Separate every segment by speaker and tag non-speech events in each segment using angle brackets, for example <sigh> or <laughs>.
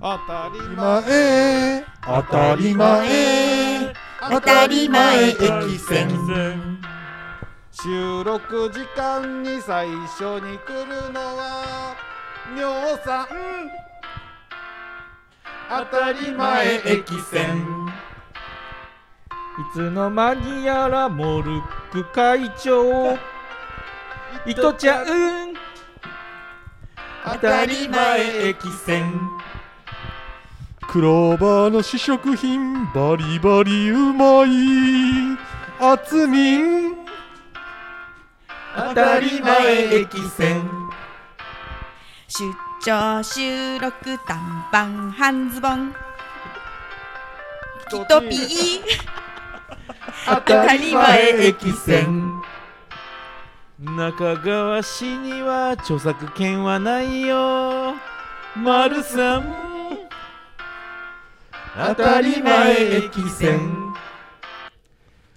Speaker 1: 当たり
Speaker 2: 前当たり前当たり前駅線
Speaker 1: 収録時間に最初に来るのは尿酸当たり前駅線
Speaker 3: いつの間にやらモルック会長いとちゃん
Speaker 1: 当たり前駅線
Speaker 2: クローバーの試食品バリバリうまいあつみん
Speaker 1: 当たり前駅線
Speaker 4: 出張収録短パン半ズボンキトピー
Speaker 1: 当たり前駅線
Speaker 3: 中川氏には著作権はないよ丸さん
Speaker 1: 当たり前駅線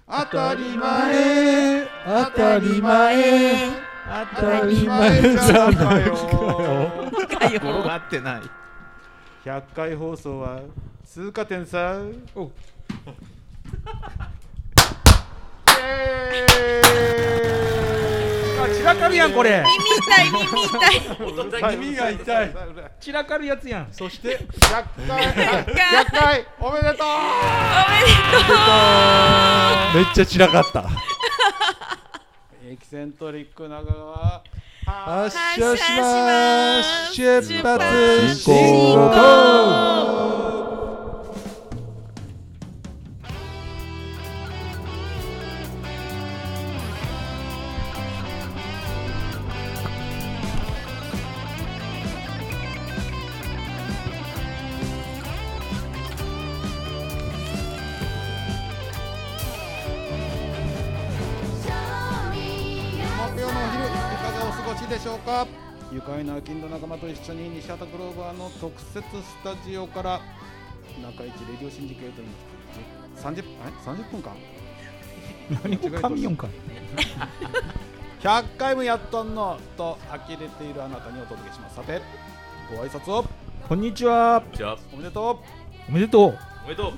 Speaker 1: 当たり前
Speaker 2: 当たり前
Speaker 1: 当たり前じゃないかよ
Speaker 3: 転がってない
Speaker 1: 100回放送は通過点さ
Speaker 3: お
Speaker 1: イ
Speaker 3: 散らかるやんこれ
Speaker 4: 耳痛
Speaker 2: <laughs>
Speaker 4: い耳痛い
Speaker 1: エーイ
Speaker 2: 耳が痛い
Speaker 3: 散らかるやつやん
Speaker 2: そして
Speaker 1: 100回100回おめでと
Speaker 2: めっちゃ散らかった
Speaker 1: うエキセントリック長川は
Speaker 2: 発車します出発進
Speaker 3: 進
Speaker 2: 行
Speaker 1: 木曜のお昼いかがお過ごしでしょうか愉快な金の仲間と一緒に西畑グローバーの特設スタジオから中市レディオシンジケートに30あれ30分間
Speaker 3: 何も噛みよんか
Speaker 1: 100回もやっとんのと呆れているあなたにお届けしますさてご挨拶を
Speaker 3: こんにちは
Speaker 5: じゃあ
Speaker 1: おめでと
Speaker 3: おめでとう
Speaker 5: おめでとう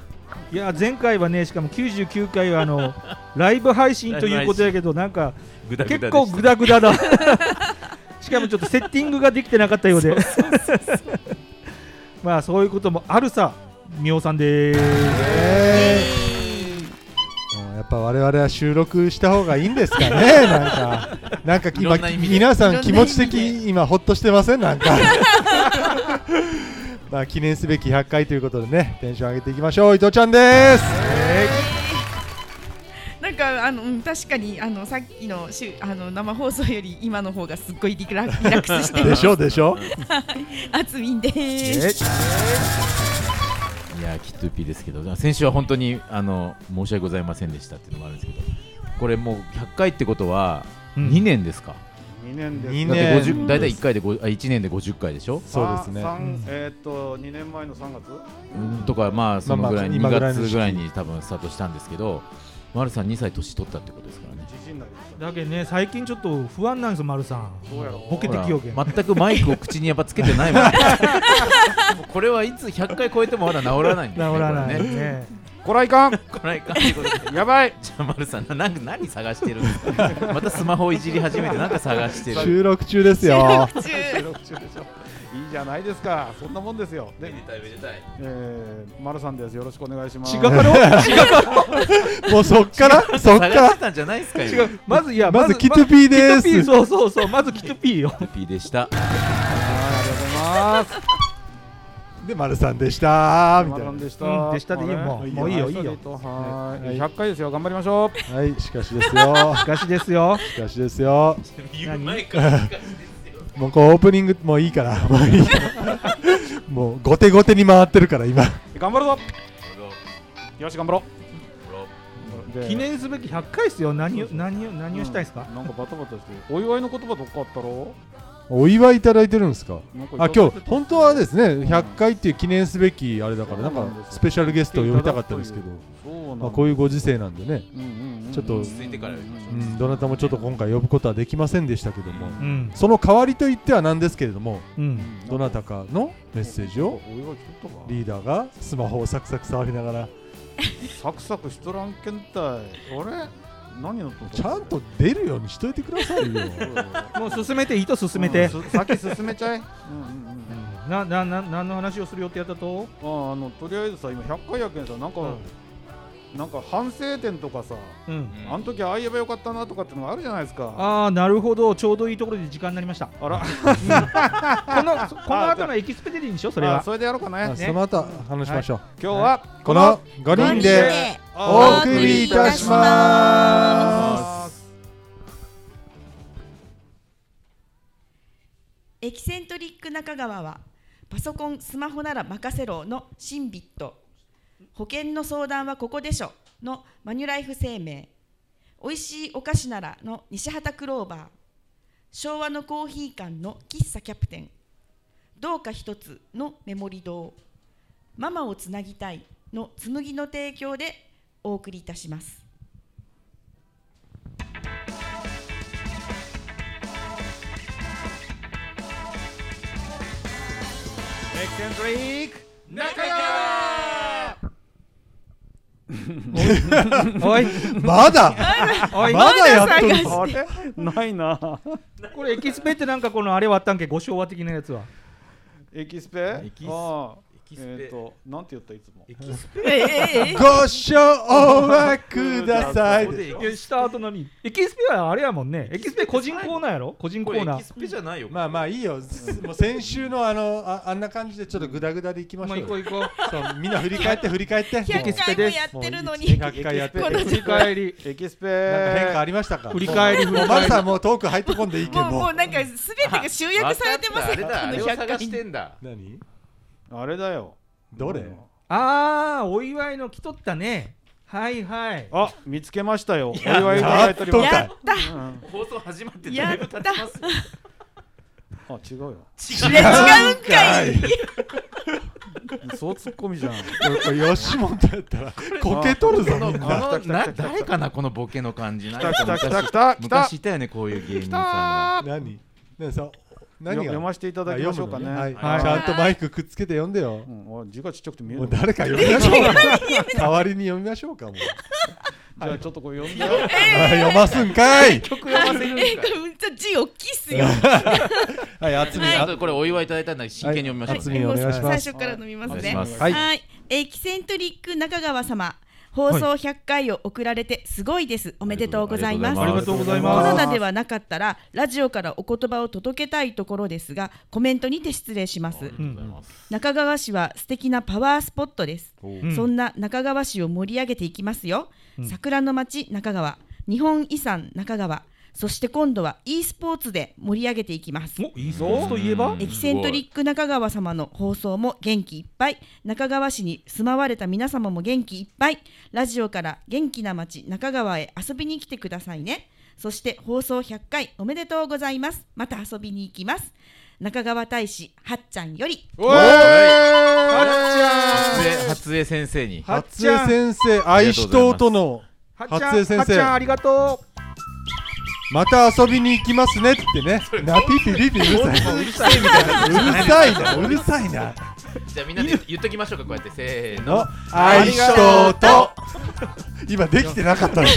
Speaker 3: いや前回はねしかも99回はあのライブ配信ということやけどなんか
Speaker 5: グダグダ
Speaker 3: 結構グ
Speaker 5: ダ
Speaker 3: ダグダだしかもちょっとセッティングができてなかったようでまあそういうこともあるさみおさんでーす
Speaker 2: えーもうやっぱ我々は収録した方がいいんですかねなんかなんか
Speaker 5: いろ
Speaker 2: 今
Speaker 5: んな意味で
Speaker 2: 皆
Speaker 4: い
Speaker 2: さ
Speaker 4: ろん
Speaker 2: ん
Speaker 4: な
Speaker 2: 気持ち
Speaker 4: 意味
Speaker 2: 的今ほっとしてませんなんか <laughs> まあ記念すべき100回ということでねテンション上げていきましょう伊藤ちゃんです
Speaker 4: なんかあのうん確かにあのさっきのしゅあの生放送より今の方がすっごいリラリラック <laughs> スして
Speaker 2: <laughs> で
Speaker 4: る
Speaker 2: しょでしょ
Speaker 4: あつみんです
Speaker 5: いやーキットゥーピーですけど先週は本当にあの申し訳ございませんでしたっていうのもあるんですけどこれもう100回ってことは
Speaker 3: うん
Speaker 5: 2年ですか、
Speaker 1: う2年です
Speaker 2: 二
Speaker 5: だっ
Speaker 2: 年
Speaker 5: て
Speaker 2: う
Speaker 5: 50
Speaker 2: ん
Speaker 5: 大体1回でごあ1年で50回でしょ、
Speaker 2: そうですね
Speaker 1: さん
Speaker 3: うん
Speaker 1: えーっと2年前の3月
Speaker 5: うん、とかまあそのぐらい
Speaker 2: ま
Speaker 5: 2
Speaker 2: あまあ今ぐらいの
Speaker 5: 月ぐらいに多分スタートしたんですけど丸さん2歳年取ったってことですからね
Speaker 1: 自信なりでした
Speaker 3: だけどね最近ちょっと不安なんですよ丸さん
Speaker 1: どうやろう
Speaker 3: ボケてきようけん
Speaker 5: ほら全くマイクを口にやっぱつけてないもん、
Speaker 3: <laughs>
Speaker 5: ね、もうこれはいつ100回超えてもまだ治らないん
Speaker 3: 治
Speaker 5: ですね
Speaker 3: らない
Speaker 5: これね
Speaker 3: ね
Speaker 1: こらいかん
Speaker 5: こないかんってことで
Speaker 1: やばい
Speaker 5: じゃあ丸さんななんか何探してるんですかまたスマホいじり始めてなんか探してる
Speaker 2: 収録中です <laughs> よ
Speaker 1: 収録中でしょいいじゃないですかそんなもんですよで、
Speaker 5: たいめでたい
Speaker 1: えー、丸さんですよろしくお願いします
Speaker 3: 違かろう
Speaker 2: もうそっから <laughs> そっか
Speaker 5: 探し
Speaker 2: ら
Speaker 5: てたんじゃないですか
Speaker 3: 違
Speaker 5: 今
Speaker 3: うまずいや
Speaker 2: まずキトゥピーです
Speaker 3: キトゥピーそうそうそうまずキトゥピー
Speaker 5: <laughs>
Speaker 3: よ
Speaker 5: P でした
Speaker 1: ありがとうござい
Speaker 2: で丸さんでした
Speaker 1: ます
Speaker 2: みた
Speaker 1: 丸
Speaker 2: い
Speaker 1: さ
Speaker 2: なん
Speaker 1: でした、
Speaker 3: うんでしたでいいよもう
Speaker 1: あれ
Speaker 3: もういいよいいよ
Speaker 1: は
Speaker 2: はい
Speaker 1: い100回ですよ頑張りましょう
Speaker 2: はいしかしですよ
Speaker 3: しかしですよ
Speaker 2: しかしですよ
Speaker 5: 言う前から
Speaker 2: もうこうオープニングもういいから <laughs> もういいからもう後手後手に回ってるから今
Speaker 1: 頑張るぞよし頑張ろうで
Speaker 3: 記念すべき100回ですよ何を何を何をしたいですか
Speaker 1: うんなんかバタバタしてるお祝いの言葉どっかあったろ
Speaker 2: お祝いいただいてるんですか
Speaker 1: なんか
Speaker 2: あ
Speaker 1: いただ
Speaker 2: 今
Speaker 1: いて
Speaker 2: 日本当はですね100回っていう記念すべきあれだからなん
Speaker 1: そうなんです
Speaker 2: か
Speaker 1: よ
Speaker 2: スペシャルゲストを呼びたかったんですけど
Speaker 1: そうなんだ
Speaker 2: まあこういうご時世なんでね
Speaker 1: うんうんうん
Speaker 2: ちょっと
Speaker 5: 落ち着いてからやりましょ
Speaker 2: うんどなたもちょっと今回呼ぶことはできませんでしたけども
Speaker 5: うん
Speaker 3: うん
Speaker 2: その代わりと言ってはなんですけれども
Speaker 3: うん
Speaker 2: どなたかのメッセージを
Speaker 1: お祝いしとったわ
Speaker 2: リーダーがスマホをサクサク触りながら
Speaker 1: サクサクしとらんけんたいあれ何のと
Speaker 2: ちゃんと出るようにしといてください <laughs> よ
Speaker 3: もう進めて、糸進めて。
Speaker 1: うんす先進めちゃえうんうんうんうん
Speaker 3: な、な、な、何の話をする予定やったと
Speaker 1: あーあのとりあえずさ今100回やけんさなんか、なんか反省点とかさ、
Speaker 3: うん。
Speaker 1: あの時ああ言えばよかったなとかってのがあるじゃないですか
Speaker 3: ああ、なるほど。ちょうどいいところで時間になりました。
Speaker 1: あら
Speaker 3: この、そこの後のエキスペディティにしよう、それ
Speaker 1: あ
Speaker 3: は
Speaker 1: ー。それでやろうかね
Speaker 2: あ
Speaker 1: ね
Speaker 2: その後話しましょう、
Speaker 1: 今日は、
Speaker 2: この5人でお送りいたします
Speaker 4: エキセントリック中川はパソコンスマホなら任せろのシンビット保険の相談はここでしょのマニュライフ生命おいしいお菓子ならの西畑クローバー昭和のコーヒー館の喫茶キャプテンどうか一つのメモリ堂ママをつなぎたいの紬の提供でお送りいたします
Speaker 1: エキセントリーク中
Speaker 3: おい、
Speaker 2: まだ
Speaker 3: おい、
Speaker 2: <laughs> まだやっとる
Speaker 1: 川あ
Speaker 2: <laughs>
Speaker 1: れないな
Speaker 3: これエキスペってなんかこのあれはあったんけ、五昭和的なやつは。
Speaker 1: エキスペ
Speaker 5: エキス
Speaker 1: あー
Speaker 5: エキスペ
Speaker 1: えっ、となんて言ったいつも
Speaker 2: ご賞はください
Speaker 5: ここでエ
Speaker 3: いや、した後何エキスペはあれやもんね。エキスペ個人コーナーやろ個人コ
Speaker 5: これ
Speaker 3: ー
Speaker 5: エ
Speaker 3: ナ
Speaker 5: キ
Speaker 3: ー。
Speaker 5: スペじゃないよ
Speaker 2: まあまあいいよすもう先週のあのああんな感じでちょっとグダグダでいきまし
Speaker 3: ま
Speaker 2: ょ
Speaker 3: あ、
Speaker 2: う
Speaker 3: 行こ
Speaker 2: よ
Speaker 3: う行こ
Speaker 2: そうみんな振り返って振り返って
Speaker 3: エキ
Speaker 4: 100
Speaker 3: スペ
Speaker 4: 回
Speaker 3: で
Speaker 4: も
Speaker 3: す
Speaker 4: やってるの
Speaker 2: もういい
Speaker 4: に
Speaker 2: です100回やって
Speaker 1: こ
Speaker 2: て
Speaker 1: の
Speaker 3: う。
Speaker 2: な
Speaker 1: 時
Speaker 2: ん
Speaker 1: 間
Speaker 2: か
Speaker 3: 振り返り。
Speaker 1: エキスペ
Speaker 2: 変化ありましたか
Speaker 3: 振り返り、振
Speaker 2: も
Speaker 3: り
Speaker 2: うマル
Speaker 3: 返り
Speaker 2: さ。んもうトーク入ってこんでいいけん
Speaker 4: も
Speaker 2: も
Speaker 4: うなんか全てが集約されてます
Speaker 5: あ
Speaker 4: よ
Speaker 5: わかったあれだあれを探してんだ
Speaker 2: う何
Speaker 1: あれだよ
Speaker 2: どれ
Speaker 3: ああ、お祝いの来とったね。はいはい。
Speaker 1: あ見つけましたよお
Speaker 5: や
Speaker 1: 祝いいただいております
Speaker 2: やっ
Speaker 1: うん
Speaker 5: 放送始まってだいぶ経ちますよ
Speaker 1: あ違うよ
Speaker 4: 違うんかい
Speaker 1: そうツッコミじゃん
Speaker 2: これ吉本だったらこけとるぞ
Speaker 5: この
Speaker 2: みん
Speaker 5: こ
Speaker 2: な
Speaker 5: のな誰かなこのボケの感じ
Speaker 1: 来
Speaker 5: な
Speaker 1: た来た
Speaker 5: んか
Speaker 1: 来た
Speaker 5: 昔
Speaker 1: 来た来た
Speaker 5: 昔いたよねこういう芸人
Speaker 1: 来
Speaker 5: さん
Speaker 1: た
Speaker 5: が
Speaker 2: 何何さ何
Speaker 1: よ
Speaker 2: が
Speaker 1: 読ませていただきましょうかね
Speaker 2: あ読むの
Speaker 1: は
Speaker 2: はいい、ちゃんとマイクくっつけて読んでよ
Speaker 1: う。んあ字がちっちゃくて見え
Speaker 2: も
Speaker 1: る
Speaker 2: う
Speaker 1: じ
Speaker 2: 誰か読みましょうか。 <laughs> 代わりに読みましょうかもう。
Speaker 1: ゃあちょっとこれ読んでよ
Speaker 2: 読ますんかい。
Speaker 5: 曲読ませるん
Speaker 4: え
Speaker 5: かい
Speaker 4: ー、と字大きいっすよ。
Speaker 2: はい、厚み。
Speaker 5: ちょっとこれお祝いいただいたんだ真剣に読みましょう
Speaker 2: はい厚みお願いします
Speaker 4: 最初から飲みます
Speaker 5: お願いし
Speaker 4: ね。
Speaker 5: ま
Speaker 4: は
Speaker 5: す
Speaker 2: はい
Speaker 4: い、エキセントリック中川様、放送100回を送られてすごいです。おめでとうございます。
Speaker 5: あ
Speaker 3: あ
Speaker 5: り
Speaker 3: り
Speaker 5: が
Speaker 3: が
Speaker 5: と
Speaker 3: と
Speaker 5: う
Speaker 3: う
Speaker 5: ご
Speaker 3: ご
Speaker 5: ざ
Speaker 3: ざ
Speaker 5: い
Speaker 3: い
Speaker 4: コロ
Speaker 5: ま
Speaker 3: ま
Speaker 4: ナではなかったらラジオからお言葉を届けたいところですがコメントにて失礼します
Speaker 5: ありがとうございます
Speaker 4: 中川市は素敵なパワースポットです、
Speaker 3: うん
Speaker 4: そんな中川市を盛り上げていきますよ、桜の町中川日本遺産中川そして今度は e スポーツで盛り上げていきます
Speaker 3: お、いいぞ。といえば
Speaker 5: うん
Speaker 4: エキセントリック中川様の放送も元気いっぱい中川市に住まわれた皆様も元気いっぱいラジオから元気な町中川へ遊びに来てくださいねそして放送100回おめでとうございますまた遊びに行きます中川大使はっちゃんより
Speaker 1: おーい
Speaker 5: 初江初江先生に
Speaker 2: 初江先生、愛しとうとの、
Speaker 3: はっちゃん、
Speaker 2: 初江先生
Speaker 3: はっちゃんありがと
Speaker 2: また遊びに行きますねってね。なピピピピうるさい。
Speaker 5: うるさいみたいな
Speaker 2: うるさいな、うるさいな。
Speaker 5: じゃあみんなで言っときましょうかこうやってせーの
Speaker 2: の、愛しとうと。今できてなか <laughs> ったの。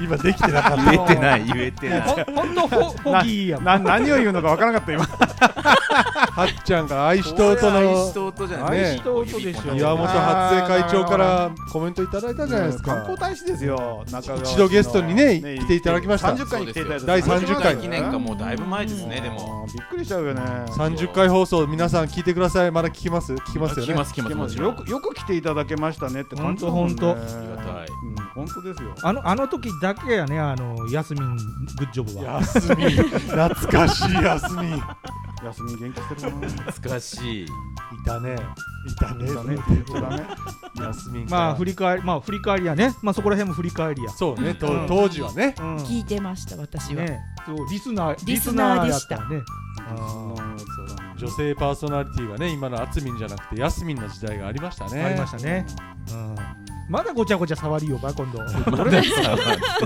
Speaker 2: 今できてなかった。
Speaker 5: 言えてない言えて
Speaker 3: う。
Speaker 5: ない
Speaker 3: ほんほんと、フォフォギーやもん。
Speaker 1: な何を言うのかわからなかった今
Speaker 2: はっちゃんが愛しとうとの。
Speaker 5: 弟じゃ
Speaker 2: ね
Speaker 5: ない
Speaker 2: え
Speaker 3: 愛し弟でしょ
Speaker 2: 岩本初江会長からコメントいただいたじゃないです
Speaker 1: 観
Speaker 2: か
Speaker 1: 光。大使ですよ中川
Speaker 2: 一度ゲストにね来ていただきました
Speaker 1: 30回に来ていただいた
Speaker 2: 第30回
Speaker 5: 記念かもうだいぶ前ですねでも
Speaker 1: あーびっくりしちゃうよね
Speaker 2: 30回放送皆さん聞いてくださいまだ聞きます聞きますよ
Speaker 5: 聞き
Speaker 2: ね
Speaker 5: ます聞きますもちろん
Speaker 1: よくよく来ていただけましたねって感じだも
Speaker 3: ほ
Speaker 1: ん
Speaker 3: ん
Speaker 1: ね
Speaker 3: とほんと
Speaker 5: ありがたい
Speaker 1: うん本当ですよ
Speaker 3: あの、あの時だけやね、あの、ヤスミン、グッジョブは。
Speaker 2: 休み懐かしい休みい
Speaker 1: 休み元気してるな
Speaker 5: 懐かしい
Speaker 2: たねいたね
Speaker 1: だねだね
Speaker 2: 休み
Speaker 3: まあ、振
Speaker 2: り
Speaker 3: り返り、まあ、振り返りやね。まあ、そこら辺も振り返りや。
Speaker 2: そうねと
Speaker 3: うん
Speaker 2: 当時はね
Speaker 3: うん。
Speaker 4: 聞いてました私は、
Speaker 3: ね、そう、リスナー、
Speaker 4: リスナ
Speaker 3: リ
Speaker 4: ーで
Speaker 3: や
Speaker 4: し
Speaker 3: ったたね。
Speaker 1: あ
Speaker 2: あ
Speaker 1: ー
Speaker 2: ー
Speaker 1: そうだね
Speaker 2: 女性パーソナリティがね今のあつみんじゃなくて休みの時代がありましたね
Speaker 3: ありましたね。うん。まだごちゃごちゃ触りよ、ば、今度。
Speaker 5: まだ触ってますよ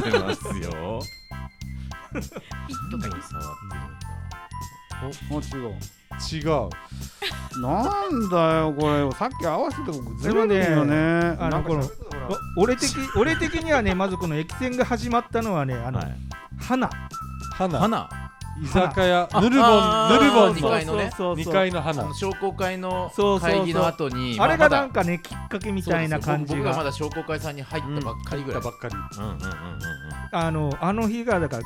Speaker 4: ピッとか
Speaker 5: 触ってるんだ
Speaker 1: おもう違う
Speaker 2: 違う
Speaker 1: なんだよこれさっき合わせて僕ずれねえよね
Speaker 3: あの
Speaker 1: なんか
Speaker 3: このお俺的俺的にはねまずこの駅伝が始まったのはねあの、
Speaker 5: はい
Speaker 3: 花
Speaker 2: 花
Speaker 5: 花
Speaker 2: 居酒屋
Speaker 5: あ
Speaker 2: ヌルボ
Speaker 5: あー
Speaker 2: ンヌル
Speaker 5: 二
Speaker 2: ボ
Speaker 5: 階
Speaker 2: ン
Speaker 5: のね
Speaker 3: そう
Speaker 2: の
Speaker 3: そうそう
Speaker 2: 2
Speaker 3: そう
Speaker 2: 階の
Speaker 5: あ
Speaker 2: 花
Speaker 5: の商工会の
Speaker 3: そうそうそう
Speaker 5: 会議の後に
Speaker 3: あれがなん
Speaker 5: か
Speaker 3: かねきっかけみたいな感じ
Speaker 5: 僕がま
Speaker 3: が
Speaker 5: だ商工会さんに入ったばっかりぐらい
Speaker 2: ばっかり
Speaker 5: うんうんうんうんうん
Speaker 3: あのあの日がだから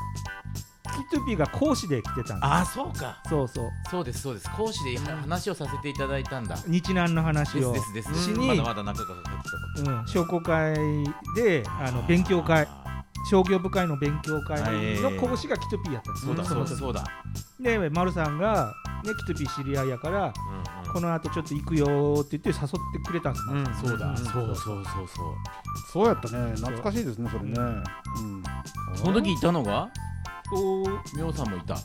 Speaker 3: キトゥピが講師で来てたんで
Speaker 5: ああそうか
Speaker 3: すそうそう
Speaker 5: そうですそうです講師で話をさせていただいたんだで
Speaker 3: 日南の話
Speaker 5: す
Speaker 3: を
Speaker 5: ですです
Speaker 3: し
Speaker 5: うん
Speaker 3: に
Speaker 5: まだまだ中川さんが来たこと
Speaker 3: うん、商工会であの勉強会商業部会の勉強会の講師がキトゥピやったんです
Speaker 5: そうだ
Speaker 3: ん
Speaker 5: そうだ
Speaker 3: の時
Speaker 5: そうだ
Speaker 3: で丸さんが、ね、キトゥピ知り合いやから
Speaker 5: うんう
Speaker 3: こ
Speaker 5: ん
Speaker 3: の後ちょっと行くよーって言って誘ってくれたんですよ、
Speaker 5: そうだそううんそうそうそう
Speaker 1: そうやったね懐かしいですねそれねうん
Speaker 5: その時いたのが
Speaker 3: おー
Speaker 5: みょうさんもいた
Speaker 3: う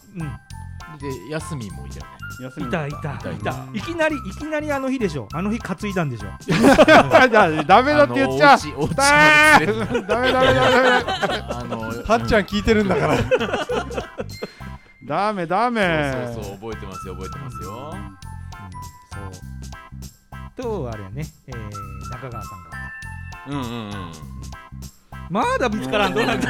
Speaker 5: でやすみんもいたよね
Speaker 1: 休
Speaker 3: ん、
Speaker 1: みの
Speaker 3: いた
Speaker 1: 日
Speaker 3: いた
Speaker 5: いた
Speaker 3: いたいきなりいきなりあの日でしょあの日担いだんでしょ
Speaker 1: ダメだって言っちゃう
Speaker 5: あのお家
Speaker 1: ダ
Speaker 5: お
Speaker 1: メ
Speaker 5: 家の連れ
Speaker 1: ダメダメダメ
Speaker 5: あの
Speaker 2: はっちゃん聞いてるんだから
Speaker 1: ダメダメ
Speaker 5: そうそうそう覚えてますよ覚えてますよ
Speaker 3: とあれね、えー、中川さんが
Speaker 5: うんうんうん
Speaker 3: まだ見つからんどうなんだ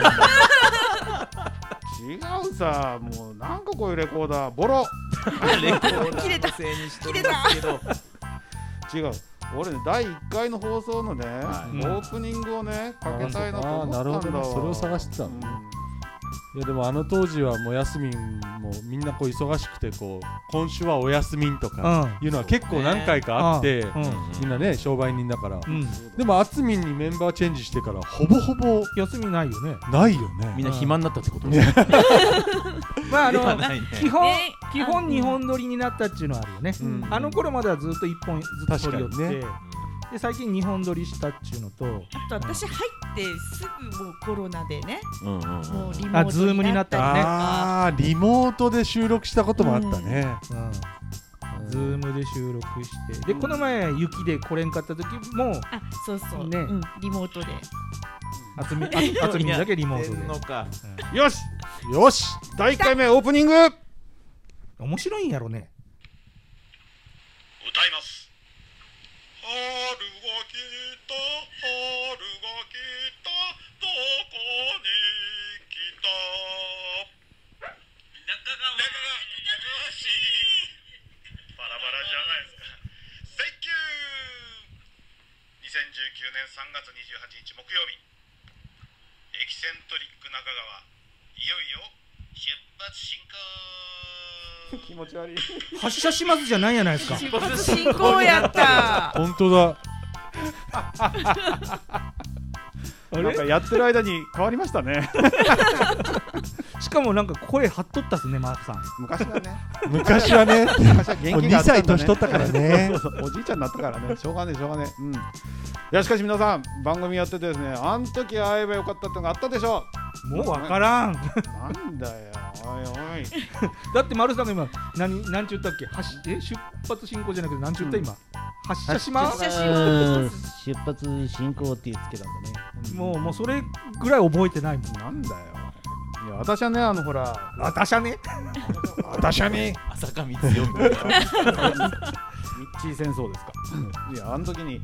Speaker 1: 違うさもうなんかこういうレコーダーボロ
Speaker 5: レコーダ
Speaker 4: 切れ
Speaker 5: ー
Speaker 4: た
Speaker 5: のせいにしてるんですけど
Speaker 1: 違う俺ね第1回の放送のね、
Speaker 5: はい
Speaker 1: オープニングをねかけたいなと思ったんだわ
Speaker 2: あーなるほどねそれを探してたのねいやでもあの当時はもうやすみんもみんなこう忙しくてこう今週はお休みんとかいうのは結構何回かあって
Speaker 3: うん
Speaker 2: みんなね商売人だから
Speaker 3: うん、うん、
Speaker 2: でもあつみんにメンバーチェンジしてからほぼほぼ
Speaker 3: 休みないよね
Speaker 2: ないよ
Speaker 5: み
Speaker 2: ね
Speaker 5: んな暇になったってこと
Speaker 2: ね
Speaker 3: まああ
Speaker 5: では
Speaker 3: の
Speaker 5: ないね
Speaker 3: 基本、
Speaker 6: ね
Speaker 3: 基本日本撮りになったっていうのはあるよね、
Speaker 2: うん
Speaker 3: あの頃まではずっと一本ずっと撮り寄って、
Speaker 2: 確かに
Speaker 3: で最近日本撮りしたっていうのと
Speaker 4: あと私入ってすぐもうコロナでね、
Speaker 5: うんうんうん
Speaker 4: もうリモ
Speaker 3: あズーム
Speaker 4: ート
Speaker 3: に
Speaker 4: に
Speaker 3: な
Speaker 4: な
Speaker 3: っ
Speaker 4: ったた
Speaker 3: り
Speaker 4: り
Speaker 3: ね
Speaker 4: とか、
Speaker 2: あーリモートで収録したこともあったね
Speaker 3: うんズームで収録してでこの前雪で来れんかった時も
Speaker 4: あそうそう、
Speaker 3: ね
Speaker 4: うんリモートで。
Speaker 3: あつみ <laughs> ああつみんだけリモート
Speaker 5: やってんの
Speaker 3: で
Speaker 5: か
Speaker 1: よし
Speaker 2: よし
Speaker 1: 第1回目オープニング
Speaker 3: 面白いんやろね
Speaker 7: 歌います春は来た春は来たどこに来た中川中川中川バラバラじゃないですか Thank you 2019年3月28日木曜日エキセントリック中川いよいよ出発進行
Speaker 1: <laughs> 気持ち悪い
Speaker 3: 発車しますじゃないやない <laughs> ですか
Speaker 4: 出発進行やった。
Speaker 2: 本当だ
Speaker 1: なんかやってる間に変わりましたね
Speaker 3: しかもなんか声張っとったっすねマークさん
Speaker 1: <laughs> 昔はね
Speaker 2: 昔は <laughs> ね
Speaker 1: 昔は元気があ
Speaker 2: 2
Speaker 1: った
Speaker 2: 歳
Speaker 1: んだ、ね、
Speaker 2: 年取ったから
Speaker 1: <laughs>
Speaker 2: <laughs> ね
Speaker 1: そうそうおじいちゃんになったからねしょうがねえしょうがねえ <laughs> うんいやしかし皆さん番組やっててですねあん時会えばよかったってのがあったでしょ
Speaker 3: もうわからんだ
Speaker 1: なんだよおいおい
Speaker 3: って丸さんが今何何ちゅったっけ発え出発進行じゃなくて何ちゅった今発車しま
Speaker 4: 発車
Speaker 3: す
Speaker 4: し
Speaker 8: 出発進行って言ってたんだね。
Speaker 3: もうもうそれぐらい覚えてないもん
Speaker 1: なんだよいや私はねあのほら
Speaker 3: 私
Speaker 1: <laughs>
Speaker 3: はね
Speaker 2: 私はね
Speaker 5: 朝霞光代みたいな
Speaker 1: ミッチー戦争ですかいやあの時に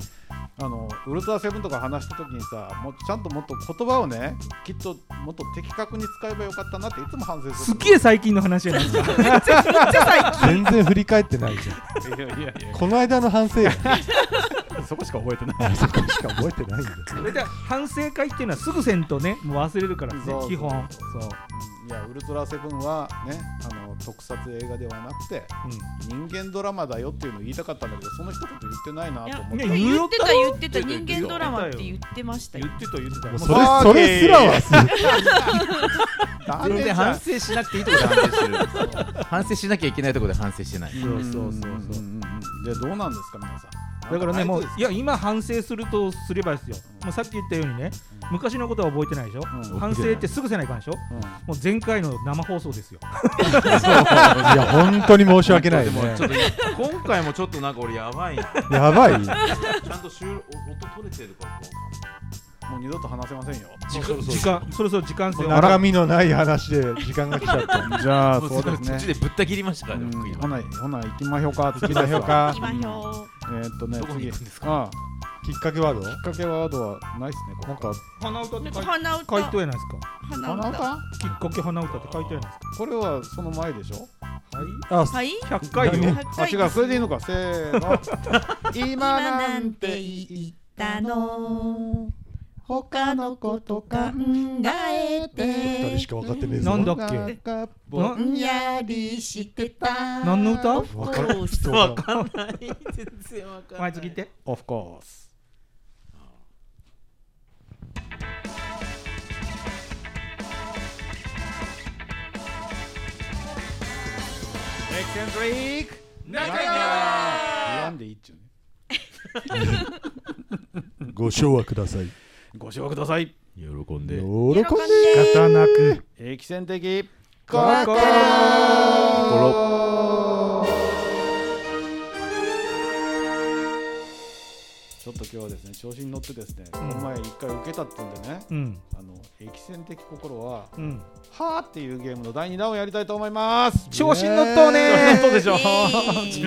Speaker 1: あのウルトラセブンとか話した時にさもうちゃんともっと言葉をねきっともっと的確に使えばよかったなっていつも反省す
Speaker 3: すっ
Speaker 1: る
Speaker 3: げえ最近の話やないですか
Speaker 2: 全然振り返ってないじゃん
Speaker 1: いやいやいや
Speaker 2: この間の反省 <laughs> や
Speaker 1: そこしか覚えてない
Speaker 2: そこしか覚えてないんだよ
Speaker 3: 大体反省会っていうのはすぐせんとねもう忘れるからね
Speaker 1: そうそう
Speaker 3: 基本そう、
Speaker 1: いやウルトラセブンはねあの特撮映画ではなくて人間ドラマだよっていうのを言いたかったんだけどその一言言ってないなと思っ
Speaker 3: い
Speaker 1: て
Speaker 3: やね
Speaker 4: 言ってた言ってた
Speaker 5: 言
Speaker 4: 人間
Speaker 5: ってた
Speaker 4: ドラマって言ってましたよ
Speaker 3: 言。ってた言ってた
Speaker 2: もう
Speaker 1: う
Speaker 2: それそれすらはす
Speaker 1: ダ
Speaker 5: 全
Speaker 1: メじ
Speaker 5: 然
Speaker 1: ゃん
Speaker 5: 反省しなくていいところで反省してる反省しなきゃいけないところで反省してない
Speaker 1: そうそうそうそうじゃあどうなんですか皆さん
Speaker 3: だからねもうい
Speaker 1: や
Speaker 3: や今反省するとすればですよ、もうさっき言ったようにね昔のことは覚えてないでしょ、
Speaker 1: うん
Speaker 3: 反省ってすぐせないかんでしょもう前回の生放送ですよ
Speaker 2: いや本当に申し訳ない
Speaker 5: で
Speaker 2: よ
Speaker 5: も
Speaker 2: ね
Speaker 5: ちょっと今回もちょっとなんか俺やばいな
Speaker 2: やばい
Speaker 5: ちゃんと収録音取れてるか
Speaker 1: もう二度と話せませんよ
Speaker 3: 時間時間そろそろ時間ですよ
Speaker 2: 中身のない話で時間が来ちゃった。
Speaker 1: じゃあ
Speaker 5: もう
Speaker 1: そうです
Speaker 5: 途中
Speaker 1: ね
Speaker 5: でぶった切りましたか
Speaker 1: う
Speaker 5: らね、
Speaker 1: ん
Speaker 5: 僕今
Speaker 1: ほなほな行きまひょか次
Speaker 2: 行きまひょか
Speaker 4: 行きましょ
Speaker 1: うんえーっとね
Speaker 5: どこに
Speaker 1: 次
Speaker 5: 行くんです
Speaker 1: ああ
Speaker 2: きっかけワード
Speaker 1: きっかけワードはないですねこ
Speaker 2: なんか
Speaker 3: 鼻歌っ
Speaker 4: う。
Speaker 3: て
Speaker 4: なん
Speaker 3: 書
Speaker 4: か
Speaker 3: い
Speaker 4: 鼻歌、
Speaker 3: 書いとやないですか
Speaker 1: こあ
Speaker 4: 鼻
Speaker 1: な
Speaker 4: 歌。
Speaker 1: た
Speaker 3: きっかけ鼻歌って書いとやないです
Speaker 1: これはその前でしょ
Speaker 3: かはい
Speaker 2: あ
Speaker 4: はい。
Speaker 3: 100回よ
Speaker 2: 何
Speaker 1: あ違うそれでいいのかせー <laughs> の今
Speaker 4: 今
Speaker 1: な
Speaker 4: なんん
Speaker 1: て
Speaker 4: て
Speaker 1: 言
Speaker 4: 言
Speaker 1: っ
Speaker 4: ったた
Speaker 1: の
Speaker 4: の
Speaker 1: 他のこと考え
Speaker 2: 二人
Speaker 1: て
Speaker 2: しか分かってねえ
Speaker 3: な
Speaker 2: ぞ
Speaker 3: ん。だっけ
Speaker 1: なんかぼ
Speaker 3: ぼ
Speaker 4: ぼんやりしてた。
Speaker 3: 何の歌
Speaker 4: オフ
Speaker 2: わ
Speaker 4: コ
Speaker 2: かる
Speaker 4: ース
Speaker 2: 人
Speaker 5: わ
Speaker 2: が
Speaker 5: かんない。全然わかんな
Speaker 3: 前
Speaker 5: い。
Speaker 3: 次行って
Speaker 1: オフコースエキセントリック中川言わんでいいっちゅうね
Speaker 2: ご唱和ください。
Speaker 1: ご賞ください
Speaker 5: 喜ん
Speaker 2: 喜
Speaker 5: で。
Speaker 2: んで。
Speaker 3: 刀く
Speaker 1: エキセン的コ
Speaker 3: ロコロ
Speaker 1: ちょっと今日はですね調子に乗ってですね、この前一回受けたってんでね
Speaker 3: うん
Speaker 1: あのエキセン的心は
Speaker 3: うん
Speaker 1: はーっていうゲームの第2弾をやりたいと思います
Speaker 3: 調子に乗っとうね
Speaker 1: そうでしょ
Speaker 4: イエ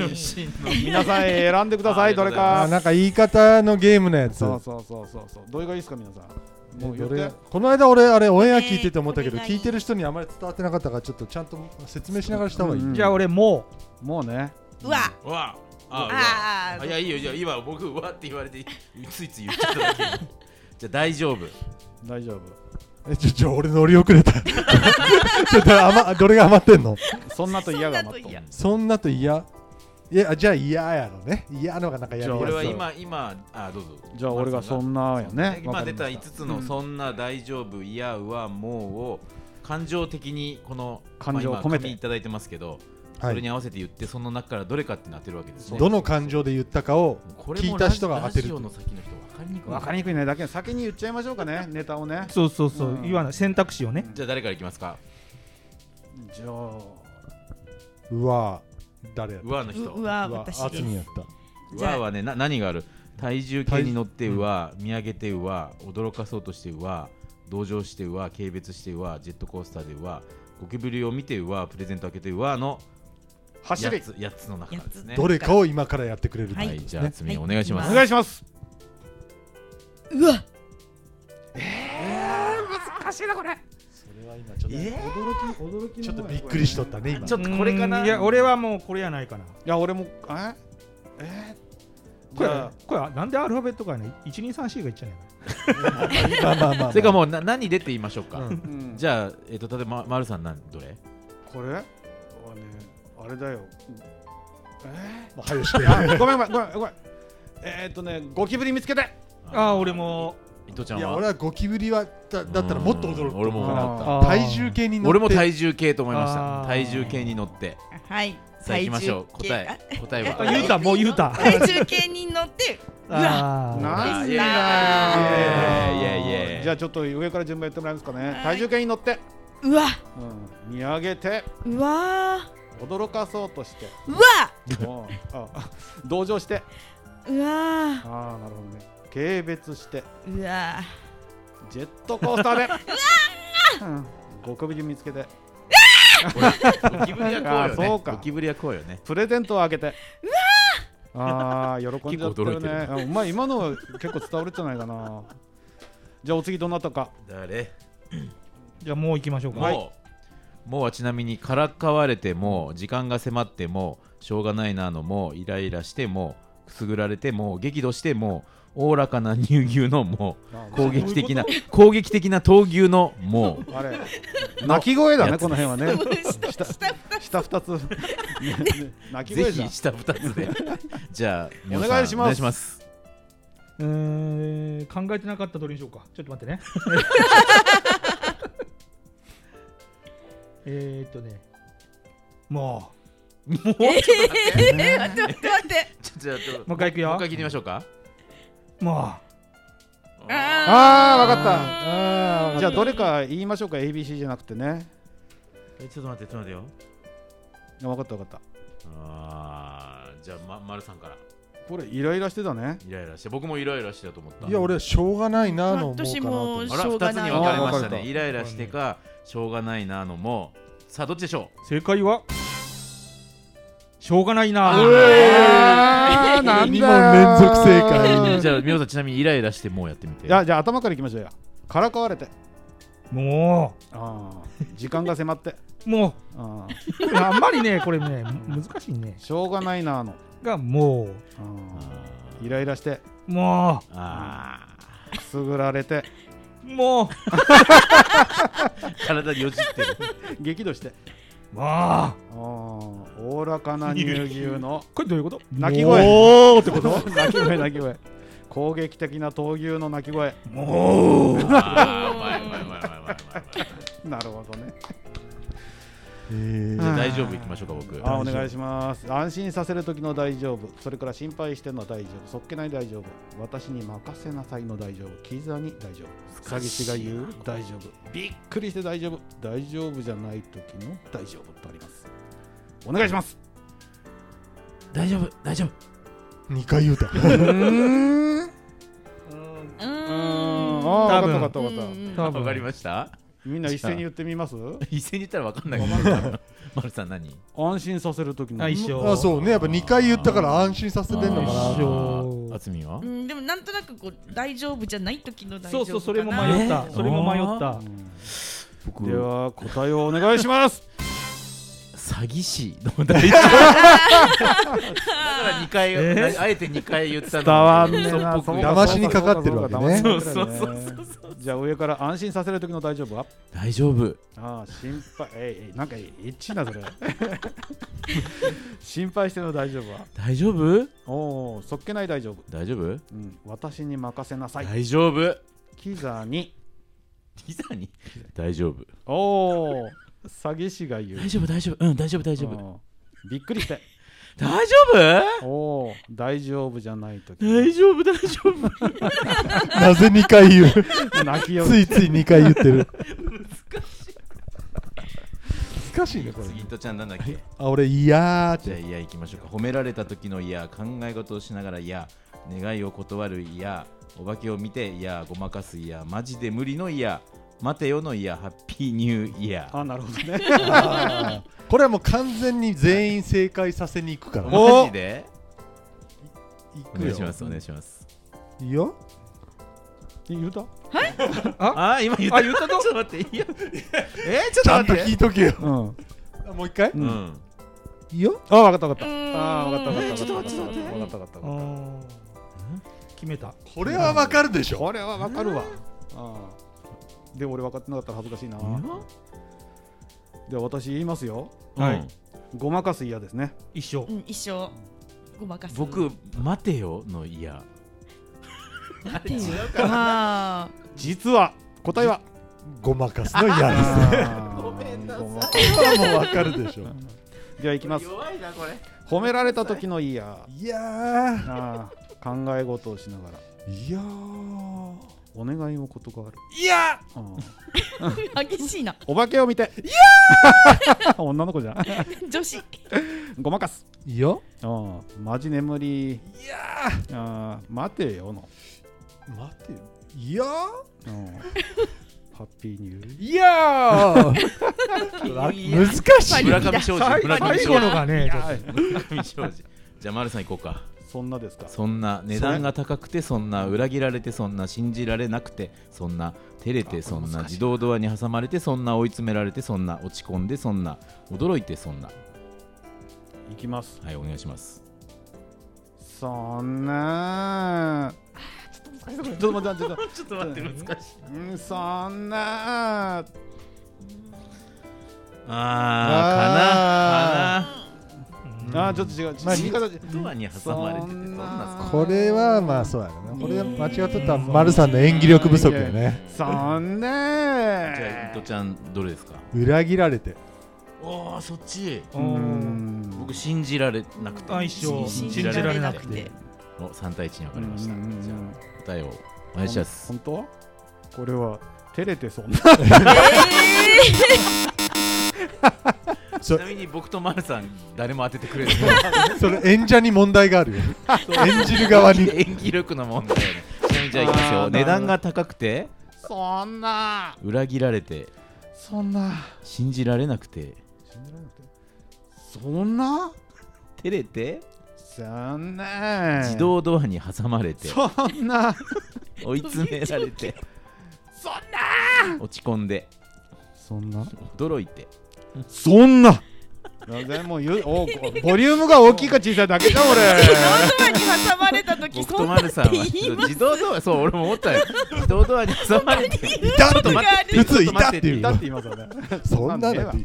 Speaker 4: ーイ
Speaker 1: 皆さん選んでくださいどれ
Speaker 2: あ
Speaker 1: か
Speaker 2: なんか言い方のゲームのやつ。
Speaker 1: そうそうそうそうそうどれがいいですか皆さんもう言っ
Speaker 2: どれ
Speaker 1: て
Speaker 2: この間俺あれオンエア聞いてて思ったけど、
Speaker 4: えー
Speaker 2: 聞いてる人にあまり伝わってなかったからちょっとちゃんと説明しながらした方がいい、
Speaker 1: うん
Speaker 3: じゃあ俺も
Speaker 1: もうね
Speaker 4: うわ。
Speaker 5: わあ、あ
Speaker 4: あ
Speaker 5: あ、いや、いいよ、いや、今、僕、わって言われて、ついつい言っちゃっただけ。 <laughs> じゃあ、大丈夫。
Speaker 1: 大丈夫
Speaker 2: えちょちょ俺乗り遅れた <laughs> ちょっと余どれが余ってんの
Speaker 1: そんなと嫌がまっ
Speaker 4: そんなと
Speaker 1: と
Speaker 4: 嫌
Speaker 2: そんなと嫌いやじゃあ嫌やろね嫌のがなんかやりやすい
Speaker 5: これは今、今、あ、どうぞ。
Speaker 1: じゃあ俺がそ
Speaker 5: な。
Speaker 1: んなやねわ
Speaker 5: 今
Speaker 1: か
Speaker 5: 出
Speaker 1: り
Speaker 5: た
Speaker 1: まし
Speaker 5: 5つの「そんな大丈夫」「いやうわもう」を感情的にこの
Speaker 1: 感情を
Speaker 5: まあ
Speaker 1: 込めて
Speaker 5: 今紙いただいてますけど
Speaker 2: は
Speaker 5: それに
Speaker 2: い、
Speaker 5: 合わせて言ってその中からどれかってなってるわけですね
Speaker 2: どの感情で言ったかを
Speaker 5: これ
Speaker 2: 聞
Speaker 5: も
Speaker 2: いた人が当て
Speaker 5: ラ
Speaker 2: る
Speaker 5: ジオの先の人分かりにくい
Speaker 1: わかりにくいねだけど先に言っちゃいましょうかねネタをね
Speaker 3: そうそうそううん言わない選択肢をね
Speaker 5: じゃあ誰からいきますか
Speaker 1: じゃあ
Speaker 2: うわ誰やっ
Speaker 5: うわの
Speaker 4: う
Speaker 5: 人
Speaker 4: う
Speaker 5: う
Speaker 4: わ、
Speaker 5: わ
Speaker 2: たうわ
Speaker 4: 私
Speaker 2: あつ
Speaker 4: です
Speaker 2: み。やった
Speaker 4: じゃあ
Speaker 5: はねな何がある体重計に乗ってうわ見上げてうわ驚かそうとしてうわ同情してうわ軽蔑してうわジェットコースターでうわゴキブリを見てうわプレゼント開けてうわの
Speaker 1: 走
Speaker 5: 8
Speaker 1: り
Speaker 5: つ8つの中ですね
Speaker 2: どれかを今からやってくれると
Speaker 5: は
Speaker 2: いう
Speaker 5: い
Speaker 2: ことです
Speaker 5: じ
Speaker 2: ね、
Speaker 5: ゃあつみお願いしま
Speaker 4: は
Speaker 5: す
Speaker 1: お願いします
Speaker 4: うわ。
Speaker 2: それは今ちょっと、
Speaker 1: 驚き
Speaker 2: ちょっとびっくりしとったね今
Speaker 5: ちょっとこれかな
Speaker 3: うんいや俺はもうこれやないかない
Speaker 1: や俺もええーじ
Speaker 3: これ
Speaker 1: ゃあ
Speaker 3: これなんでアルファベットがね1234がいっちゃね
Speaker 2: まあまあまあまあ、
Speaker 5: それかもうな何でって言いましょうか、
Speaker 2: うん
Speaker 1: うん
Speaker 5: じゃあ、えっと例えばま丸さんなんどれ
Speaker 1: これはねあれだよえ
Speaker 2: もう早
Speaker 5: <laughs>
Speaker 2: うして
Speaker 1: ーあ <laughs> ごめんごめんごめんごめんえーっとねゴキブリ見つけて
Speaker 3: ああー俺も
Speaker 5: 伊藤ちゃん
Speaker 2: い
Speaker 5: は
Speaker 2: や俺はゴキブリはだだったらもっと驚
Speaker 5: う
Speaker 2: く
Speaker 5: ん俺も驚
Speaker 1: あ
Speaker 5: い
Speaker 1: ー
Speaker 5: た
Speaker 3: あー
Speaker 2: 体重計に乗って
Speaker 5: 俺も体重計と思いました
Speaker 3: あー
Speaker 5: 体重計に乗って
Speaker 4: はい。
Speaker 5: さあ行きましょう答え答え
Speaker 3: あ
Speaker 5: は
Speaker 3: 言うたもう言うた
Speaker 4: 体重計に乗って。うわ。
Speaker 3: あー
Speaker 1: なんだよ
Speaker 5: あーイエーイイエーイイエーイ
Speaker 1: じゃあちょっと上から順番やってもらえますかね体重計に乗って
Speaker 4: うわ。
Speaker 1: うん見上げて
Speaker 4: うわ。
Speaker 1: 驚かそうと
Speaker 5: <laughs>
Speaker 1: して
Speaker 4: うわ。
Speaker 1: うんああ同情して
Speaker 4: うわ。
Speaker 1: ああなるほどね軽蔑して
Speaker 4: うわ。
Speaker 1: ジェットコースターでうんゴキブリ見つけて
Speaker 5: ゴキブリはこうよ
Speaker 1: あー
Speaker 5: ね
Speaker 1: そうか
Speaker 5: ゴキブリはこうよね
Speaker 1: プレゼントをあげてうわあー喜んじゃってる
Speaker 5: 結構驚
Speaker 1: ね
Speaker 5: いて
Speaker 1: あお前今のは結構伝わるんじゃないかなじゃあお次どなたか
Speaker 5: 誰
Speaker 3: じゃあもう行きましょう
Speaker 5: も
Speaker 3: か
Speaker 5: う、もうはちなみにからかわれても時間が迫ってもしょうがないなのもイライラしてもくすぐられても激怒してもおおらかな乳牛のもう攻撃的な攻撃的な闘牛のも
Speaker 1: <laughs>
Speaker 5: う
Speaker 1: あれ鳴き声だ
Speaker 5: や
Speaker 1: ね
Speaker 5: つ
Speaker 1: この辺はね <laughs> 下
Speaker 4: 下
Speaker 1: 下二つねね鳴き
Speaker 5: ぜ
Speaker 1: 声じゃん
Speaker 5: ひ下2つで <laughs> じゃあ皆さん
Speaker 1: お願いします
Speaker 5: お願いします
Speaker 3: うーん考えてなかった通りにしようかちょっと待ってねえーっとねも
Speaker 4: え待って待って。
Speaker 5: じゃあちょっと
Speaker 3: うもう一回いく
Speaker 5: もう
Speaker 3: よ
Speaker 5: 一回聞いてみましょうか
Speaker 3: も
Speaker 1: ああ
Speaker 4: あ
Speaker 1: わかったあーじゃあどれか言いましょうか ABC じゃなくてね
Speaker 5: えちょっと待ってちょっと待ってよ
Speaker 1: 分かった分かった
Speaker 5: あーじゃあ、ま、丸さんから
Speaker 1: これイライラしてたね
Speaker 5: イライラして僕もイライラしてたと思った
Speaker 2: いや俺はしょうがないなの思うかな
Speaker 4: 私
Speaker 2: と思
Speaker 4: も
Speaker 2: って
Speaker 5: あら
Speaker 4: しょうが
Speaker 5: 2つ
Speaker 4: ない
Speaker 5: に分かれまし
Speaker 2: あー分
Speaker 5: た
Speaker 2: かれ
Speaker 5: ね
Speaker 2: た
Speaker 5: イライラしてかしょうがないなのもさあどっちでしょう
Speaker 3: 正解はしょうがないな
Speaker 1: あーなんだよ
Speaker 2: 二問連続正解う
Speaker 5: じゃあ美穂さんちなみにイライラしてもうやってみて
Speaker 1: いやじゃあ頭からいきましょうよからかわれて
Speaker 3: も
Speaker 1: あー時間が迫って
Speaker 3: うも
Speaker 1: あー
Speaker 3: うあんまりね <laughs> これね難しいね
Speaker 1: しょうがないなあの
Speaker 3: がも
Speaker 1: あ
Speaker 5: あ
Speaker 1: ーイライラして
Speaker 3: うも
Speaker 5: ーあ
Speaker 1: くすぐられて
Speaker 3: うも
Speaker 5: ー体によじってる
Speaker 1: 激怒して
Speaker 3: うも
Speaker 1: あーおおらかな乳牛の
Speaker 3: うこれどういうこと
Speaker 1: 鳴き声
Speaker 3: もうってこと
Speaker 1: <laughs> 鳴き声鳴き声攻撃的な闘牛の鳴き声
Speaker 3: もう
Speaker 5: あーうまいうまいうまいうまいうまい
Speaker 1: なるほどね
Speaker 2: えー
Speaker 5: じゃあ大丈夫いきましょうか僕
Speaker 1: あお願いします安心させる時の大丈夫それから心配しての大丈夫そっけない大丈夫私に任せなさいの大丈夫キザに大丈夫詐欺師が言う大丈夫びっくりして大丈夫大丈夫じゃない時の大丈夫とありますお願いします
Speaker 5: 大丈夫大丈夫
Speaker 2: 2回言うた
Speaker 4: う
Speaker 1: う
Speaker 4: ーん
Speaker 1: ああ
Speaker 3: 多
Speaker 1: 分
Speaker 3: 分
Speaker 1: かった分かった分かっ
Speaker 3: 多
Speaker 5: わかり
Speaker 3: 分
Speaker 5: ました
Speaker 1: たみんな一斉に言ってみます
Speaker 5: 一斉に言ったらわかんないけど丸さん何
Speaker 1: 安心させる時の
Speaker 3: あ一緒
Speaker 2: あそうねやっぱ2回言ったから安心させてんのか
Speaker 3: あ
Speaker 2: な
Speaker 3: ー緒
Speaker 5: あつみは
Speaker 4: うん、でもなんとなくこう大丈夫じゃない時の大丈
Speaker 3: そうそ
Speaker 4: 夫かな
Speaker 3: うそれも迷った
Speaker 5: えー
Speaker 3: それも迷った
Speaker 5: 僕
Speaker 1: では答えをお願いします
Speaker 5: 詐欺師の大丈夫だから2回、
Speaker 3: え
Speaker 5: あえて2回言ったの
Speaker 1: 伝わんねえ
Speaker 5: 嘘
Speaker 1: な
Speaker 5: っぽく
Speaker 2: 騙しにかかってるわけね
Speaker 1: そうそうそうそうじゃあ上から安心させる時の大丈夫は
Speaker 5: 大丈夫
Speaker 1: ああ心配えいなんかエッチなそれ心配してるの大丈夫は
Speaker 5: 大丈夫
Speaker 1: おおそっけない大丈夫、
Speaker 5: 大丈夫
Speaker 1: うん、私に任せなさい、
Speaker 5: 大丈夫
Speaker 1: キザに
Speaker 5: ピザに大丈夫
Speaker 1: おお詐欺師が言う
Speaker 5: 大丈夫大丈夫うん大丈夫大丈夫
Speaker 1: 夫びっくりして
Speaker 5: 大丈夫
Speaker 1: おお大丈夫じゃない時
Speaker 5: 大丈夫大丈夫
Speaker 2: なぜ2回言うつ
Speaker 1: 泣きよ
Speaker 2: いつい2回言ってる難しいねこれ
Speaker 5: <laughs> 次とちゃんなんだっけ
Speaker 2: あ俺いやーっ
Speaker 5: じゃあ
Speaker 2: て
Speaker 5: いや行きましょうか褒められた時のいや考え事をしながらいや願いを断るいやお化けを見ていやごまかすいやマジで無理のいや待てよのいやハッピーニューイヤー
Speaker 1: あなるほどね
Speaker 2: あーこれはもう完全に全員正解させに行くからね
Speaker 5: マジで
Speaker 2: 行
Speaker 5: お
Speaker 2: くよ
Speaker 5: 願いしますお願いします
Speaker 2: いいよ
Speaker 1: 言うた
Speaker 5: あ今言った言ったちょっと待っていやえちょっ
Speaker 2: ち
Speaker 5: と
Speaker 2: ゃんと
Speaker 5: 待って
Speaker 2: 聞いとけよ
Speaker 1: うんあ
Speaker 2: あもう一回
Speaker 5: う
Speaker 1: うん
Speaker 5: ん
Speaker 2: いいよ
Speaker 1: 分かった分かっ
Speaker 4: う
Speaker 1: た
Speaker 4: ーん
Speaker 1: ああ分かった分かった分かった
Speaker 4: ちょっと待って
Speaker 1: 分かった分かった分かった分かっ
Speaker 3: うん決めた
Speaker 2: これはわかるでしたょ
Speaker 1: これは分かるわあーで俺分かってなかったら恥ずかしいなでは私言いますよ
Speaker 3: はい
Speaker 5: うん
Speaker 1: ごまかす嫌ですね
Speaker 3: 一緒
Speaker 4: うん、一生ごまかす
Speaker 5: 僕待てよのいや
Speaker 4: っていうか
Speaker 1: 実は答えは
Speaker 2: ごまかすの嫌です
Speaker 1: ごめんなさい
Speaker 2: これはもうわかるでしょ
Speaker 1: ではいきます
Speaker 5: いなこれ
Speaker 1: 褒められた時のいいや
Speaker 2: いやー
Speaker 1: あー考え事をしながら
Speaker 2: いやー
Speaker 1: お願いを断る
Speaker 3: いや
Speaker 1: あー
Speaker 4: 激しいな
Speaker 1: お化けを見ていや <laughs> 女の子じゃん
Speaker 4: 女子
Speaker 1: ごまかす
Speaker 2: いいよ
Speaker 1: あーマジ眠りいやあー待てよの
Speaker 2: 待てよいや
Speaker 1: うんハッピーニュー
Speaker 2: ーいやー
Speaker 3: <laughs>
Speaker 2: 難しい
Speaker 5: 村上庄司
Speaker 3: 最
Speaker 5: 村上庄
Speaker 3: 後
Speaker 5: 司
Speaker 3: のがねちょっと
Speaker 5: 村上 <laughs> 庄司じゃあ丸さん行こうか
Speaker 1: そんなですか
Speaker 5: そんな値段が高くてそんな裏切られてそんな信じられなくてそんな照れてそんな自動ドアに挟まれてそんな追い詰められてそんな落ち込んでそんな驚いてそんない
Speaker 1: きます
Speaker 5: はいお願いします
Speaker 1: そんなちょっと待ってちょっと待って <laughs> ちょっと待って難しいうんそんな
Speaker 5: あーかなか
Speaker 1: あーちょっと違う。
Speaker 2: まあ
Speaker 1: 言い方
Speaker 5: なドアに挟まれててそんな
Speaker 2: これはまあそうやなこれは間違ってたら丸さんの演技力不足やね
Speaker 1: そんな。
Speaker 5: じゃあ伊藤ちゃんどれですか
Speaker 2: 裏切られて
Speaker 5: おおそっち
Speaker 1: うーん
Speaker 5: 僕信じられなくて
Speaker 3: あ一緒
Speaker 4: 信
Speaker 5: 信じ
Speaker 4: じ
Speaker 5: ら
Speaker 4: ら
Speaker 5: れ
Speaker 4: れ
Speaker 5: な
Speaker 4: な
Speaker 5: く
Speaker 4: く
Speaker 5: て
Speaker 4: て
Speaker 5: お3対1に分かりまし
Speaker 1: う
Speaker 5: た
Speaker 1: んうんうん
Speaker 5: じゃあ答えをお願いします
Speaker 1: 本当？こ <laughs> れは照れてそんな。
Speaker 5: ちなみに僕と丸さん誰も当ててくれない
Speaker 2: それ演者に問題があるよ <laughs> 演じる側に
Speaker 5: <laughs> 演技力の問題よねちなみにじゃあいきます
Speaker 1: あー
Speaker 5: よ
Speaker 1: なる
Speaker 5: 値
Speaker 1: ほど
Speaker 5: 段が高くて
Speaker 1: そんな
Speaker 5: 裏切られて
Speaker 1: そんな
Speaker 5: 信じられなくて
Speaker 1: そんな
Speaker 5: 照れて
Speaker 1: そんな
Speaker 5: 自動ドアに挟まれて
Speaker 1: そんな
Speaker 5: 追い詰められて
Speaker 1: そん
Speaker 5: 落ち込んで
Speaker 1: そんな
Speaker 5: 驚いて
Speaker 1: そんな全然もうゆおボリュームが大きいか小さいだけだ
Speaker 4: <laughs>
Speaker 1: 俺
Speaker 4: ドアに挟まれた時
Speaker 5: 僕
Speaker 4: そ
Speaker 5: と
Speaker 4: んなっ
Speaker 5: 丸さんは
Speaker 4: て言います
Speaker 5: 自動ドアそう俺も思ったよ自動ドアに挟まれて
Speaker 2: いたっ
Speaker 5: ちょっと待って
Speaker 2: て普通いたって
Speaker 5: ちょ
Speaker 2: い
Speaker 5: っ
Speaker 2: う
Speaker 5: と
Speaker 2: の
Speaker 1: 言いますよね
Speaker 2: そんなのって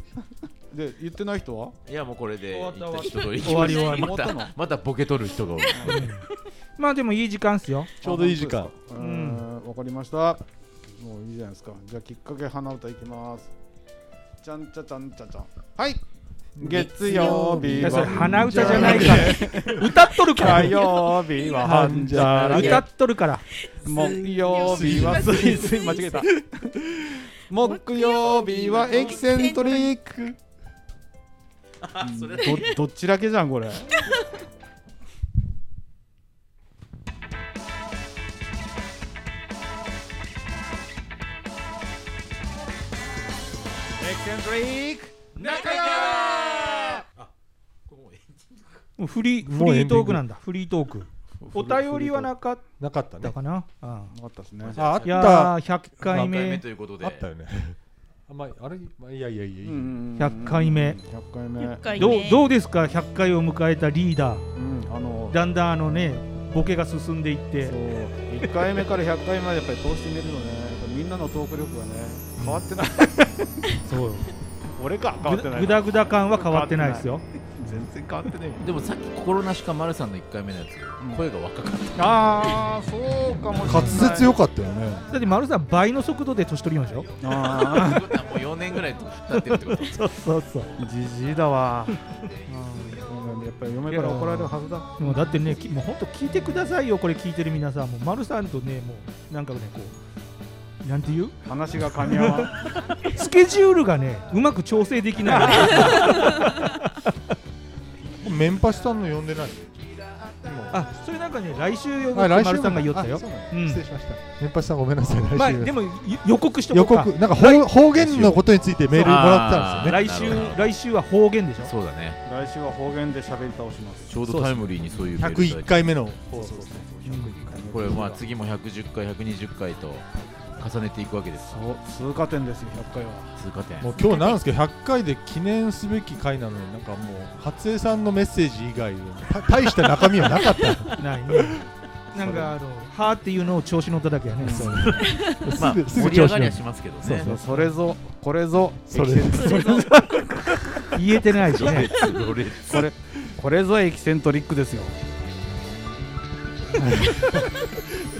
Speaker 1: で言ってない人はい
Speaker 5: やもうこれで
Speaker 3: 終わった
Speaker 5: 一旦一通り
Speaker 3: 終わり終わり
Speaker 5: また
Speaker 1: 終わったの
Speaker 5: またボケ取る人が多い
Speaker 3: まあでもいい時間っすよ
Speaker 2: ちょうどいい時間
Speaker 1: あ本当ですかうーんわかりましたもういいじゃないですかじゃあきっかけ花歌いきますじゃんちゃちゃんちゃちゃんはい月曜
Speaker 3: い
Speaker 1: 日
Speaker 3: やそれ
Speaker 1: は
Speaker 3: 鼻歌じゃないから歌っとるから
Speaker 1: 火曜日は半じゃらけ
Speaker 3: 歌っとるから
Speaker 1: 木曜日はス
Speaker 3: <laughs>
Speaker 1: イスイ間違えた木曜日はエキセントリックどどっちだけじゃんこれ
Speaker 3: もうフリーフ
Speaker 2: もう
Speaker 3: リ
Speaker 2: エ
Speaker 3: ー
Speaker 2: ンディ
Speaker 3: ト
Speaker 2: ング
Speaker 3: ークなんだフリートークお便りはなかっ
Speaker 2: なかった
Speaker 3: た
Speaker 2: ね
Speaker 3: かな、うん
Speaker 1: なかったですね
Speaker 2: ああっ
Speaker 3: いや
Speaker 2: た
Speaker 3: ー100回目
Speaker 5: ということで
Speaker 2: あったよねあんまりあれまあいやいやいやいや
Speaker 1: 100
Speaker 3: 100回目
Speaker 1: 100回目
Speaker 4: 100回
Speaker 3: どう
Speaker 4: 目
Speaker 3: どうですか100回を迎えたリーダー
Speaker 1: うんあの
Speaker 3: だんだんあのねボケが進んでいって
Speaker 1: そう1回目から100回までやっぱり通してみるのねやっぱみんなのトーク力がね変わってない
Speaker 3: そう
Speaker 1: 俺か変わってない
Speaker 3: ぐだぐだ感は変わってないですよ
Speaker 1: 全然変わってない
Speaker 5: でもさっき心なしか丸さんの1回目のやつ、
Speaker 1: ん
Speaker 5: 声が若かった
Speaker 1: ああそうかもしれない
Speaker 2: 滑舌良かったよね
Speaker 3: だって丸さん倍の速度で年取りましょ
Speaker 1: あ
Speaker 5: ってことはもう4年ぐらい経ってるってこと
Speaker 3: そうそうそう
Speaker 1: あじじいだわうんやっぱり嫁から怒られるはずだ
Speaker 3: でもだってねきもう本当聞いてくださいよこれ聞いてる皆さんもう丸さんとねもうなんかねこうなんていう
Speaker 1: 話が噛み合わん
Speaker 3: スケジュールがねうまく調整できない
Speaker 2: メンパシさんの呼んでない
Speaker 3: あそれなんかね来週呼ぶ
Speaker 2: あ
Speaker 3: って
Speaker 2: 来週
Speaker 3: 丸
Speaker 2: も
Speaker 3: さんが言ったよ
Speaker 2: あそうなの
Speaker 3: うん
Speaker 2: 失礼しましたメンパシさんごめんなさい
Speaker 3: まあ
Speaker 2: 来週
Speaker 3: でもゆ予告しとこ
Speaker 2: 予
Speaker 3: うか
Speaker 2: 告なんか方方言のことについてメールもらったんですよ
Speaker 3: 来
Speaker 2: ね
Speaker 5: なるほ
Speaker 3: 週
Speaker 5: ど
Speaker 3: 来週は方言でしょ
Speaker 5: そうだね
Speaker 1: 来週は方言で喋り倒します
Speaker 5: ちょうどタイムリーにそういうメールいただい
Speaker 2: 101
Speaker 5: て
Speaker 2: 回目の
Speaker 5: これまあ次も110回120回と重ねていくわけです
Speaker 1: そう通過点ですよ100回は
Speaker 5: 通過点
Speaker 2: もう今日なんですけど100回で記念すべき回なのになんかもう初江さんのメッセージ以外でた大した中身はなかった
Speaker 3: ないね。なんかあの「は」っていうのを調子乗っただけやね。
Speaker 5: まあ
Speaker 2: すぐす
Speaker 5: 盛
Speaker 2: ぐ
Speaker 5: り
Speaker 2: 調
Speaker 5: 上
Speaker 2: 子
Speaker 5: が
Speaker 2: 乗
Speaker 5: り
Speaker 2: る
Speaker 5: はしますけどね
Speaker 2: そうそう
Speaker 1: それぞこれぞ
Speaker 2: それ
Speaker 1: エキセントリック
Speaker 3: 言えてないし
Speaker 5: ロレ
Speaker 3: ね。
Speaker 5: ッツロレッツ
Speaker 1: これこれぞエキセントリックですよ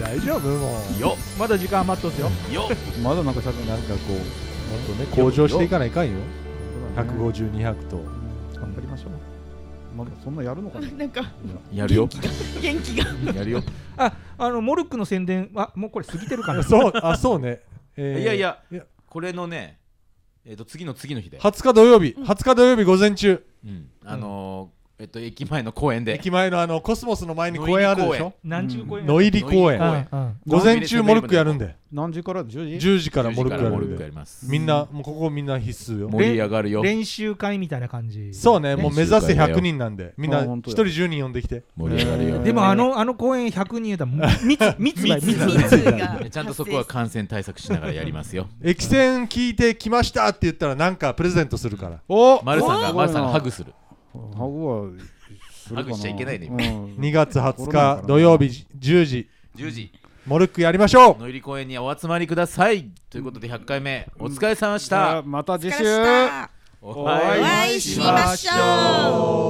Speaker 2: 大丈夫もう
Speaker 5: よ
Speaker 3: まだ時間余っとっすよ。
Speaker 5: よ
Speaker 1: まだなんか喋って
Speaker 2: なんかこうもっとね向上していかないかんよ
Speaker 1: ない
Speaker 2: 150200と
Speaker 1: 頑張りましょうまだそんなやるのかな
Speaker 4: <laughs> なんか
Speaker 5: <laughs> やるよ
Speaker 4: 元気が
Speaker 5: やるよ
Speaker 3: あ、あのモルックの宣伝はもうこれ過ぎてるかな。
Speaker 2: そうあそうねえー
Speaker 5: いやいや
Speaker 2: いや
Speaker 5: これのねえっと次の次の日で
Speaker 2: 20日土曜日20日土曜日午前中
Speaker 5: うんあのーえっと駅前の公園で
Speaker 2: 駅前のあのコスモスの前に公園あるでしょ
Speaker 3: 何十公演。
Speaker 2: 野入り公園
Speaker 5: 野入り公園
Speaker 3: うん
Speaker 2: 午前中モルックやるんで
Speaker 1: 何時から10時
Speaker 2: 10時から
Speaker 5: 10時
Speaker 2: モルックや
Speaker 5: モ
Speaker 2: る
Speaker 5: ルッ
Speaker 2: ん
Speaker 5: クや
Speaker 2: で
Speaker 5: ります
Speaker 2: みんなもうここみんな必須よ
Speaker 5: 盛り上がる
Speaker 3: う
Speaker 5: よ
Speaker 3: ん練習会みたいな感じ。
Speaker 2: そうね、もう目
Speaker 5: 集
Speaker 2: 指せ
Speaker 5: 会だよ
Speaker 2: 100人なんで、みんな
Speaker 1: あ
Speaker 2: 1
Speaker 1: 本当だ
Speaker 2: 人10人呼んできて、
Speaker 5: 盛り上がるよ
Speaker 3: でもあのあの公演100人やったらむ密密だよ密
Speaker 4: <laughs> 密
Speaker 3: だよ。
Speaker 4: が
Speaker 5: ちゃんとそこは感染対策しながらやりますよ
Speaker 2: 駅線聞いてきましたって言ったら、なんかプレゼントするから、
Speaker 1: お
Speaker 5: 丸さん
Speaker 1: お
Speaker 5: が
Speaker 1: ー
Speaker 5: 丸さんがハグする
Speaker 1: ハグはするかな
Speaker 5: ハグしちゃいけないね
Speaker 1: うん
Speaker 2: 2月
Speaker 1: コロナだか
Speaker 2: 20日
Speaker 1: ら
Speaker 2: 土曜日10時、
Speaker 5: 10時
Speaker 2: モルックやりましょう
Speaker 5: 野入り公園にお集まりくださいということで100回目お疲れ様でし
Speaker 1: じゃ
Speaker 5: た、
Speaker 1: あまた次
Speaker 4: 疲
Speaker 1: 週
Speaker 4: れした
Speaker 5: お
Speaker 4: お会いしましょう